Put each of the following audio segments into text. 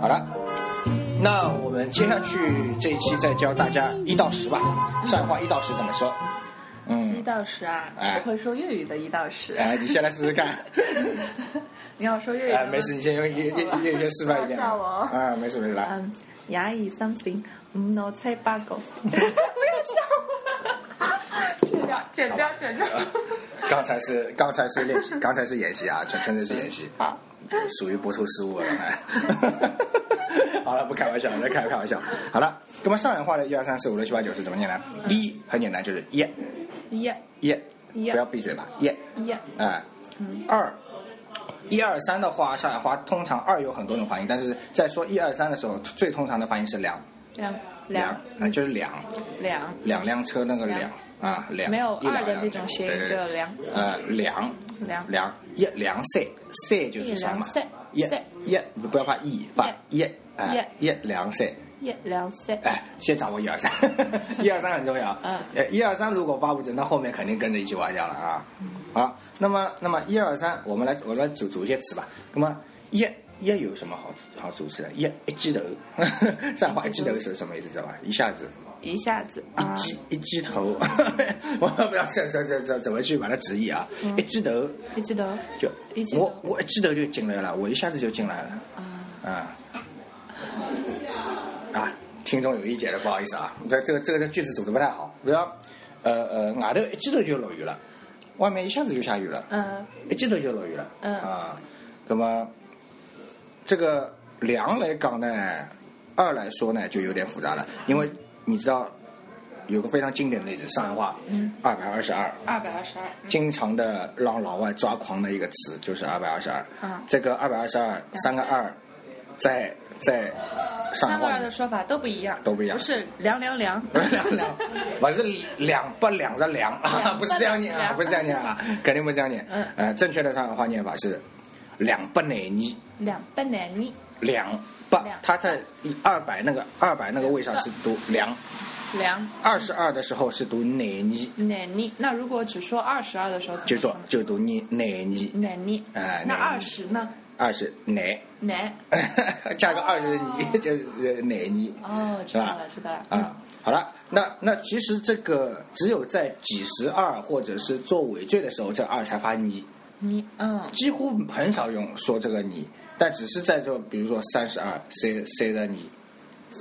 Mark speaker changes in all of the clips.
Speaker 1: 好了，那我们接下去这一期再教大家一到十吧，算话一到十怎么说？
Speaker 2: 一
Speaker 1: 嗯，
Speaker 2: 到十啊，
Speaker 1: 哎
Speaker 2: 我会说粤语的一到十。
Speaker 1: 哎，你先来试试看。
Speaker 2: 你要说粤语吗？
Speaker 1: 哎，没事，你先用粤粤粤粤语先示范一遍。
Speaker 2: 好吧
Speaker 1: 啊，没事没事，来。
Speaker 2: 嗯，廿二三四五六七八九，不 要笑，剪掉，剪掉，剪掉。
Speaker 1: 刚才是刚才是练习，刚才是演习啊，纯纯粹是演习，
Speaker 2: 好，
Speaker 1: 属于播出失误了。哎好了，不开玩笑，再开开玩笑。好了，那么上海话的一二三四五六七八九是怎么念呢？一很简单，就是耶
Speaker 2: 一、
Speaker 1: 耶，
Speaker 2: 耶
Speaker 1: 不要闭嘴吧，耶，
Speaker 2: 一、
Speaker 1: 哎，二。一二三的话，上海话通常二有很多种发音，但是在说一二三的时候，最通常的发音是两
Speaker 2: 两、
Speaker 1: 两
Speaker 2: 两、，
Speaker 1: 哎就是两
Speaker 2: 两，
Speaker 1: 两辆车那个两
Speaker 2: 两
Speaker 1: 啊两，
Speaker 2: 没有
Speaker 1: 一两
Speaker 2: 二的
Speaker 1: 辆
Speaker 2: 那种
Speaker 1: 车
Speaker 2: 谐
Speaker 1: 对
Speaker 2: 音，
Speaker 1: 对
Speaker 2: 只
Speaker 1: 对
Speaker 2: 有两、
Speaker 1: 呃两
Speaker 2: 两、
Speaker 1: 凉一凉色，色就是山嘛
Speaker 2: 一
Speaker 1: 一
Speaker 2: 凉色，色
Speaker 1: 一你不要发一，发一哎一凉色，
Speaker 2: 一、两、三。
Speaker 1: 哎，先掌握一二 三，一二三很重要。
Speaker 2: 嗯
Speaker 1: 呃，一二三如果发不准，那后面肯定跟着一起歪掉了啊。
Speaker 2: 嗯
Speaker 1: 好，那么那么一二三，我们来我们来组组一些词吧。那么一一有什么好好组词的？一一记头， 上海话一记头是什么意思？知道吧？一下子。
Speaker 2: 一下子啊
Speaker 1: 一，鸡一鸡头， 我不知道怎怎怎怎怎么去把它直译啊！一鸡头，
Speaker 2: 一啊记头
Speaker 1: 就
Speaker 2: 嗯一记
Speaker 1: 我
Speaker 2: 头
Speaker 1: 我一记头就进来了，我一下子就进来了
Speaker 2: 啊，
Speaker 1: 啊啊！听众有意见的，不好意思啊，这这个这个这句子组的不太好。比如说，呃呃，外头一记头就落雨了，外面一下子就下雨了，
Speaker 2: 嗯
Speaker 1: 一记头就落雨了。
Speaker 2: 嗯
Speaker 1: 啊，那么这个两来讲呢，二来说呢就有点复杂了，因为你知道有个非常经典的例子，上海话二百二十二。222
Speaker 2: 二百二十二，
Speaker 1: 经常的让老外抓狂的一个词就是二百二十二
Speaker 2: 嗯。
Speaker 1: 这个二百二十二三个二，在在上海
Speaker 2: 三个
Speaker 1: 话
Speaker 2: 二
Speaker 1: 里
Speaker 2: 的说法都不一样，
Speaker 1: 都不一样
Speaker 2: 不是凉凉凉，
Speaker 1: 两两，不是两不两的两啊，
Speaker 2: 两
Speaker 1: 不是这样念啊，
Speaker 2: 两
Speaker 1: 不是这样念啊，肯定不是这样念
Speaker 2: 嗯。
Speaker 1: 呃，正确的上海话念法是两不奶泥，
Speaker 2: 两不奶泥，
Speaker 1: 两不
Speaker 2: 两，
Speaker 1: 它在二百那个二百那个位上是读两，
Speaker 2: 凉
Speaker 1: 二十二的时候是读奶泥，
Speaker 2: 奶泥。那如果只说二十二的时候，
Speaker 1: 就说就读泥奶泥，
Speaker 2: 奶泥，
Speaker 1: 哎
Speaker 2: 那
Speaker 1: 奶
Speaker 2: 二
Speaker 1: 泥
Speaker 2: 十呢？
Speaker 1: 二是奶。
Speaker 2: 奶，
Speaker 1: 加个二十的泥就是奶泥
Speaker 2: 哦，知道了，知道了，
Speaker 1: 啊。好了，那那其实这个只有在几十二或者是做尾缀的时候，这二才发泥，
Speaker 2: 你嗯
Speaker 1: 几乎很少用说这个泥，但只是在这比如说三十二 c c 的泥，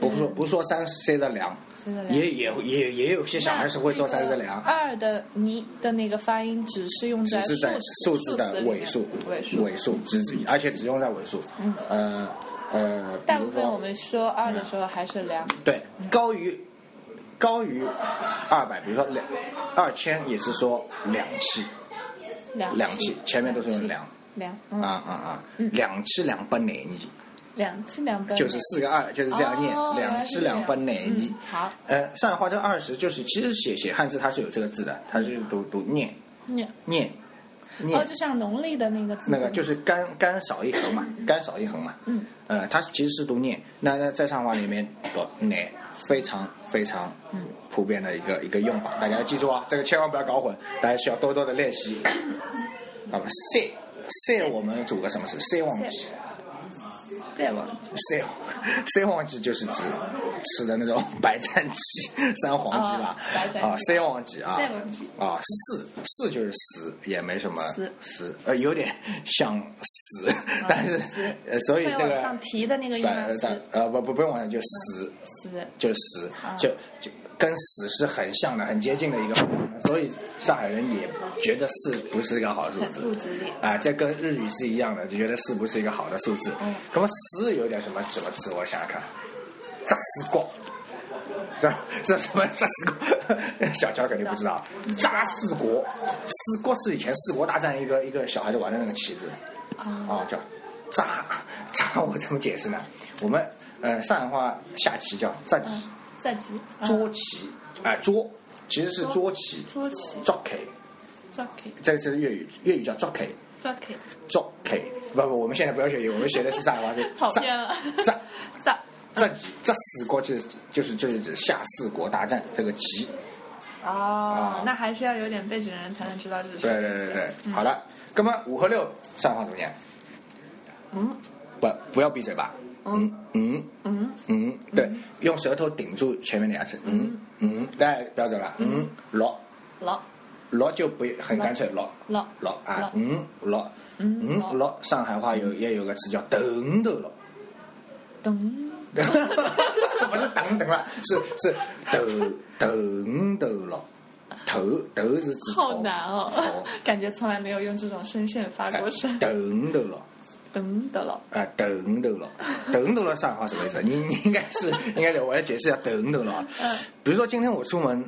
Speaker 1: 不是说不是说三十 c 的梁，
Speaker 2: 是的。
Speaker 1: 也也也也有些小孩是会说三十梁，
Speaker 2: 二的泥的那个发音只是用
Speaker 1: 只
Speaker 2: 在
Speaker 1: 是在数
Speaker 2: 数
Speaker 1: 字的
Speaker 2: 里面
Speaker 1: 尾数，
Speaker 2: 尾数。嗯
Speaker 1: 尾数只只而且只用在尾数，呃呃，比
Speaker 2: 大部
Speaker 1: 如
Speaker 2: 分
Speaker 1: 说嗯
Speaker 2: 我们说二的时候还是凉，
Speaker 1: 对，高于高于二百，比如说两二千也是说两期，
Speaker 2: 凉
Speaker 1: 两期前面都是用两
Speaker 2: 凉，
Speaker 1: 啊
Speaker 2: 嗯，
Speaker 1: 啊啊，两期两本奶泥，
Speaker 2: 两是两根，
Speaker 1: 就是四个二，就是这样念，
Speaker 2: 哦原
Speaker 1: 两
Speaker 2: 来
Speaker 1: 期
Speaker 2: 是这样
Speaker 1: 两本奶泥
Speaker 2: 嗯。好，
Speaker 1: 呃，上海话这二十就是其实写写汉字它是有这个字的，它是读读念
Speaker 2: 你
Speaker 1: 念念。
Speaker 2: 哦，就像农历的那个字
Speaker 1: 那个就是干干少一横嘛，干少一横嘛。
Speaker 2: 嗯。
Speaker 1: 呃，它其实是读念，那那在上话里面读奶，非常非常普遍的一个一个用法，大家要记住啊，这个千万不要搞混，大家需要多多的练习。好吧，say say 我们组个什么词？say 忘记
Speaker 2: 再往
Speaker 1: ，say say 忘记就是指吃的那种 白斩鸡、三黄鸡啦
Speaker 2: 哦白斩鸡
Speaker 1: 啊，say 忘记啊
Speaker 2: 再往几，
Speaker 1: 啊，四四就是死，也没什么
Speaker 2: 死啊
Speaker 1: 死，呃，有点像死，但是
Speaker 2: 死
Speaker 1: 呃，所以
Speaker 2: 会
Speaker 1: 这
Speaker 2: 往
Speaker 1: 个
Speaker 2: 上提的那个音
Speaker 1: 呃
Speaker 2: 吗？
Speaker 1: 但呃不不不用往上就死
Speaker 2: 死死
Speaker 1: 就是死就就跟死是很像的，很接近的一个，所以上海人也觉得四不是一个好数
Speaker 2: 很
Speaker 1: 字
Speaker 2: 不。吉利。
Speaker 1: 啊，这跟日语是一样的，就觉得四不是一个好的数字。
Speaker 2: 嗯
Speaker 1: 那么四有点什么什么词？我想想看，炸丝瓜，这这什么炸丝瓜？ 小乔肯定不知道，炸四国，四国是以前四国大战一个一个小孩子玩的那个棋子。
Speaker 2: 嗯
Speaker 1: 哦，叫炸炸，我怎么解释呢？我们呃上海话下棋叫炸棋，
Speaker 2: 嗯，再急
Speaker 1: 捉棋，哎、捉其实是捉棋，
Speaker 2: 捉棋
Speaker 1: 捉 K，
Speaker 2: ，jockey
Speaker 1: 这是粤语，粤语叫捉 K。
Speaker 2: jockey，
Speaker 1: 捉 K，不不，我们现在不要学语，我们学的是上海话是
Speaker 2: 跑偏了
Speaker 1: 炸
Speaker 2: 再
Speaker 1: 炸几炸四国就是就是就是指下四国大战这个棋。
Speaker 2: 哦，那还是要有点背景的人才能知道这是。
Speaker 1: 啊对对对对，对，好了，那么五和六上海话怎么念？
Speaker 2: 嗯，
Speaker 1: 不不要闭嘴吧，嗯嗯嗯嗯，对，用舌头顶住前面的牙齿，嗯嗯，大家不要走了，嗯，落
Speaker 2: 老
Speaker 1: 落就不很干脆，落
Speaker 2: 老
Speaker 1: 落啊
Speaker 2: 落，
Speaker 1: 嗯落
Speaker 2: 嗯
Speaker 1: 嗯落，上海话有也有个词叫等头 落。
Speaker 2: 等
Speaker 1: 不是等等了，是是抖抖抖了，头抖是指头
Speaker 2: 好难哦
Speaker 1: 头，
Speaker 2: 感觉从来没有用这种声线发
Speaker 1: 哎
Speaker 2: 过声。
Speaker 1: 抖抖了。
Speaker 2: 等的了，
Speaker 1: 啊，抖抖了，抖抖了，上海话什么意 思？你你应该是应该是，我来解释一下抖抖了。
Speaker 2: 嗯，
Speaker 1: 啊比如说今天我出门，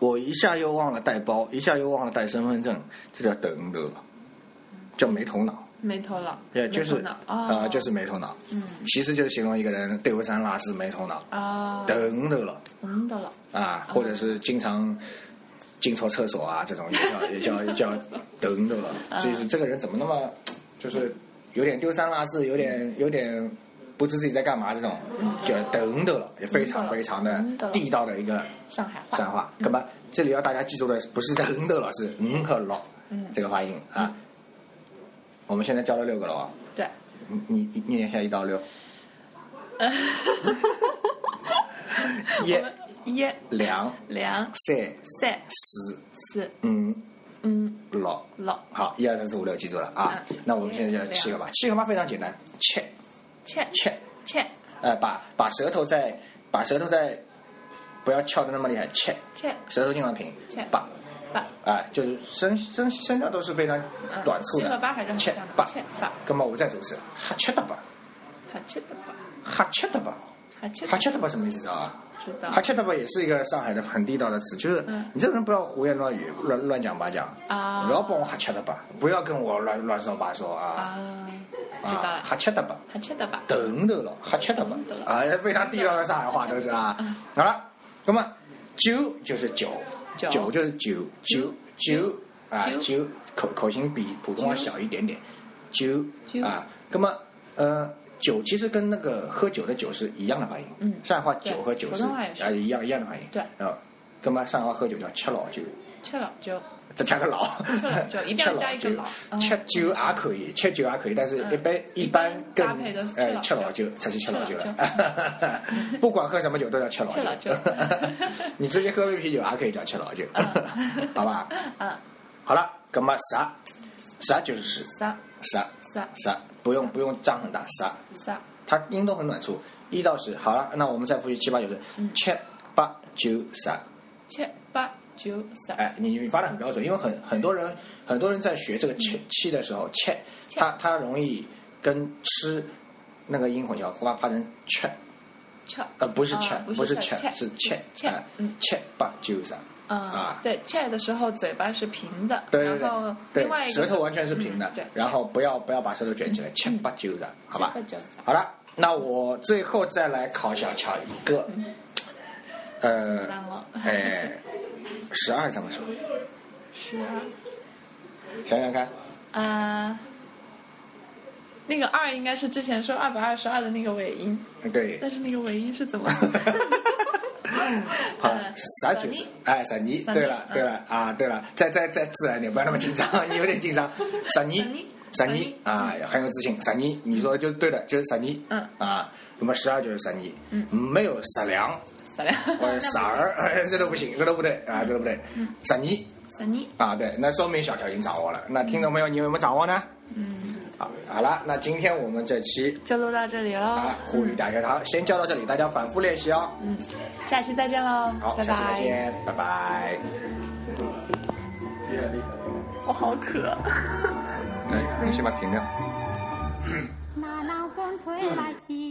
Speaker 1: 我一下又忘了带包，一下又忘了带身份证，这叫抖抖了，叫没头脑。
Speaker 2: 没头脑，
Speaker 1: 也就是
Speaker 2: 没头脑
Speaker 1: 啊、
Speaker 2: 哦
Speaker 1: 就是没头脑。
Speaker 2: 嗯，
Speaker 1: 其实就是形容一个人丢三落四、没头脑，
Speaker 2: 啊，
Speaker 1: 抖抖了。
Speaker 2: 等的了，哦
Speaker 1: 啊，或者是经常进错厕所啊，这种也 叫也叫也叫等的
Speaker 2: 哦
Speaker 1: 了。就是这个人怎么那么，就是有点丢三落四，有
Speaker 2: 嗯
Speaker 1: 点有点不知自己在干嘛，这种叫等的了，也非常
Speaker 2: 嗯
Speaker 1: 非常的
Speaker 2: 嗯
Speaker 1: 地道的一个
Speaker 2: 上海
Speaker 1: 山
Speaker 2: 话，
Speaker 1: 话。那么这里要大家记住的不是等的了，是嗯和了
Speaker 2: 嗯
Speaker 1: 这个发音啊。我们现在教了六个了啊，
Speaker 2: 对，
Speaker 1: 你你你念一下一到 六，一
Speaker 2: 我们一
Speaker 1: 两
Speaker 2: 两
Speaker 1: 三
Speaker 2: 三
Speaker 1: 四
Speaker 2: 四
Speaker 1: 五
Speaker 2: 嗯
Speaker 1: 六。
Speaker 2: 六
Speaker 1: 好，一二三四五六，记住了啊
Speaker 2: 嗯。
Speaker 1: 那我们现在就七个吧。七个嘛非常简单，切
Speaker 2: 切
Speaker 1: 切，
Speaker 2: 切
Speaker 1: 呃，把把舌头在把舌头在不要翘的那么厉害，切
Speaker 2: 切
Speaker 1: 舌头经常平
Speaker 2: 切，
Speaker 1: 把
Speaker 2: 八，
Speaker 1: 啊，就是声声声调都是非常
Speaker 2: 嗯
Speaker 1: 短促
Speaker 2: 七和
Speaker 1: 的
Speaker 2: 八还是很
Speaker 1: 切
Speaker 2: 像的，
Speaker 1: 把。
Speaker 2: 切八，
Speaker 1: 那么我再组织，哈切的吧，
Speaker 2: 哈切的吧，
Speaker 1: 哈切的吧，
Speaker 2: 哈切
Speaker 1: 哈切的吧什么意思知道吧？
Speaker 2: 知道
Speaker 1: 哈切的吧也是一个上海的很地道的词，就是
Speaker 2: 嗯
Speaker 1: 你这个人不要胡言乱语，乱乱讲八讲，
Speaker 2: 啊
Speaker 1: 不要帮我哈切的吧，不要跟我乱乱说八说啊，
Speaker 2: 啊，知道
Speaker 1: 啊，
Speaker 2: 了，
Speaker 1: 哈切的吧。
Speaker 2: 哈切的吧，
Speaker 1: 等的了，还缺的嘛
Speaker 2: 等的？了
Speaker 1: 啊，非常地道的上海话都是 啊。好了，那么九就是九，
Speaker 2: 九
Speaker 1: 九就是九九九啊
Speaker 2: 九
Speaker 1: 九，口口型比普通话小一点点，九
Speaker 2: 九
Speaker 1: 啊。那么呃，酒其实跟那个喝酒的酒是一样的发音，
Speaker 2: 嗯
Speaker 1: 上海话
Speaker 2: 对
Speaker 1: 酒和酒
Speaker 2: 普
Speaker 1: 是
Speaker 2: 通话也是
Speaker 1: 啊一样一样的发音，
Speaker 2: 对
Speaker 1: 啊。那么上海话喝酒叫吃老酒，
Speaker 2: 切了就
Speaker 1: 再加个老，
Speaker 2: 吃老 酒一定要加一个老嗯
Speaker 1: 吃酒也可以，吃酒也可以，但是一般
Speaker 2: 嗯
Speaker 1: 一般更
Speaker 2: 一般搭配都是吃
Speaker 1: 哎
Speaker 2: 老酒
Speaker 1: 吃老酒才是吃老酒
Speaker 2: 吃
Speaker 1: 了， 不管喝什么酒都要吃老
Speaker 2: 吃老
Speaker 1: 酒
Speaker 2: 酒。
Speaker 1: 你直接喝杯啤酒也可以叫吃老酒， 好吧？
Speaker 2: 啊
Speaker 1: 好了，那么啥啥就是十
Speaker 2: 三
Speaker 1: 啥
Speaker 2: 三
Speaker 1: 啥，不用不用张很大啥，
Speaker 2: 三
Speaker 1: 它音都很短促，一到十。好了，那我们再复习七八九十，
Speaker 2: 嗯
Speaker 1: 七八九三。
Speaker 2: 切八九三，
Speaker 1: 哎，你你发的很标准，因为很很多人很多人在学这个切气的时候，切，
Speaker 2: 切
Speaker 1: 他他容易跟吃那个音混淆，发发成切，
Speaker 2: 切
Speaker 1: 呃，不是切
Speaker 2: 啊，不
Speaker 1: 不是
Speaker 2: 是
Speaker 1: 切，
Speaker 2: 切
Speaker 1: 是切，
Speaker 2: 切
Speaker 1: 哎
Speaker 2: 嗯
Speaker 1: 切八九三，
Speaker 2: 啊
Speaker 1: 啊，
Speaker 2: 对，切的时候嘴巴是平的，
Speaker 1: 对对
Speaker 2: 然后
Speaker 1: 对
Speaker 2: 另外一
Speaker 1: 对，
Speaker 2: 个
Speaker 1: 舌头完全是平的
Speaker 2: 嗯对，
Speaker 1: 然后不要不要把舌头卷起来，切
Speaker 2: 嗯
Speaker 1: 八九三，好吧
Speaker 2: 切？八九三
Speaker 1: 好了，那我最后再来考小乔一个，
Speaker 2: 嗯
Speaker 1: 呃，
Speaker 2: 难了，
Speaker 1: 哎，十二怎么说？
Speaker 2: 十二
Speaker 1: 想想看，
Speaker 2: 啊。那个二应该是之前说二百二十二的那个尾音，
Speaker 1: 对，
Speaker 2: 但是那个尾音是 怎么？
Speaker 1: 好
Speaker 2: 嗯，
Speaker 1: 啥就是哎，傻泥。对了，对了啊，对了，再再再自然点，不要那么紧张， 你有点紧张。傻
Speaker 2: 傻
Speaker 1: 泥
Speaker 2: 泥，
Speaker 1: 傻
Speaker 2: 傻
Speaker 1: 泥
Speaker 2: 泥
Speaker 1: 啊，很有自信。傻泥，你说的就对的，就是傻泥。
Speaker 2: 嗯
Speaker 1: 啊，那么十二就是傻泥，嗯，没有傻 娘
Speaker 2: 三两，
Speaker 1: 或者傻儿，哎 这都不行，这都不对啊，这都不对。傻泥
Speaker 2: 三妮，
Speaker 1: 啊，对，那说明小乔已经掌握了。那听众朋友，你有没有掌握呢？嗯，好，好了，那今天我们这期
Speaker 2: 就录到这里喽
Speaker 1: 啊，沪语大学堂先教到这里，大家反复练习哦。
Speaker 2: 下期再见喽，
Speaker 1: 好，
Speaker 2: 拜
Speaker 1: 下期再
Speaker 2: 拜。
Speaker 1: 见，拜拜。厉害厉害，
Speaker 2: 我好渴。
Speaker 1: 哎来，你先把它停掉。
Speaker 3: 马郎风吹来西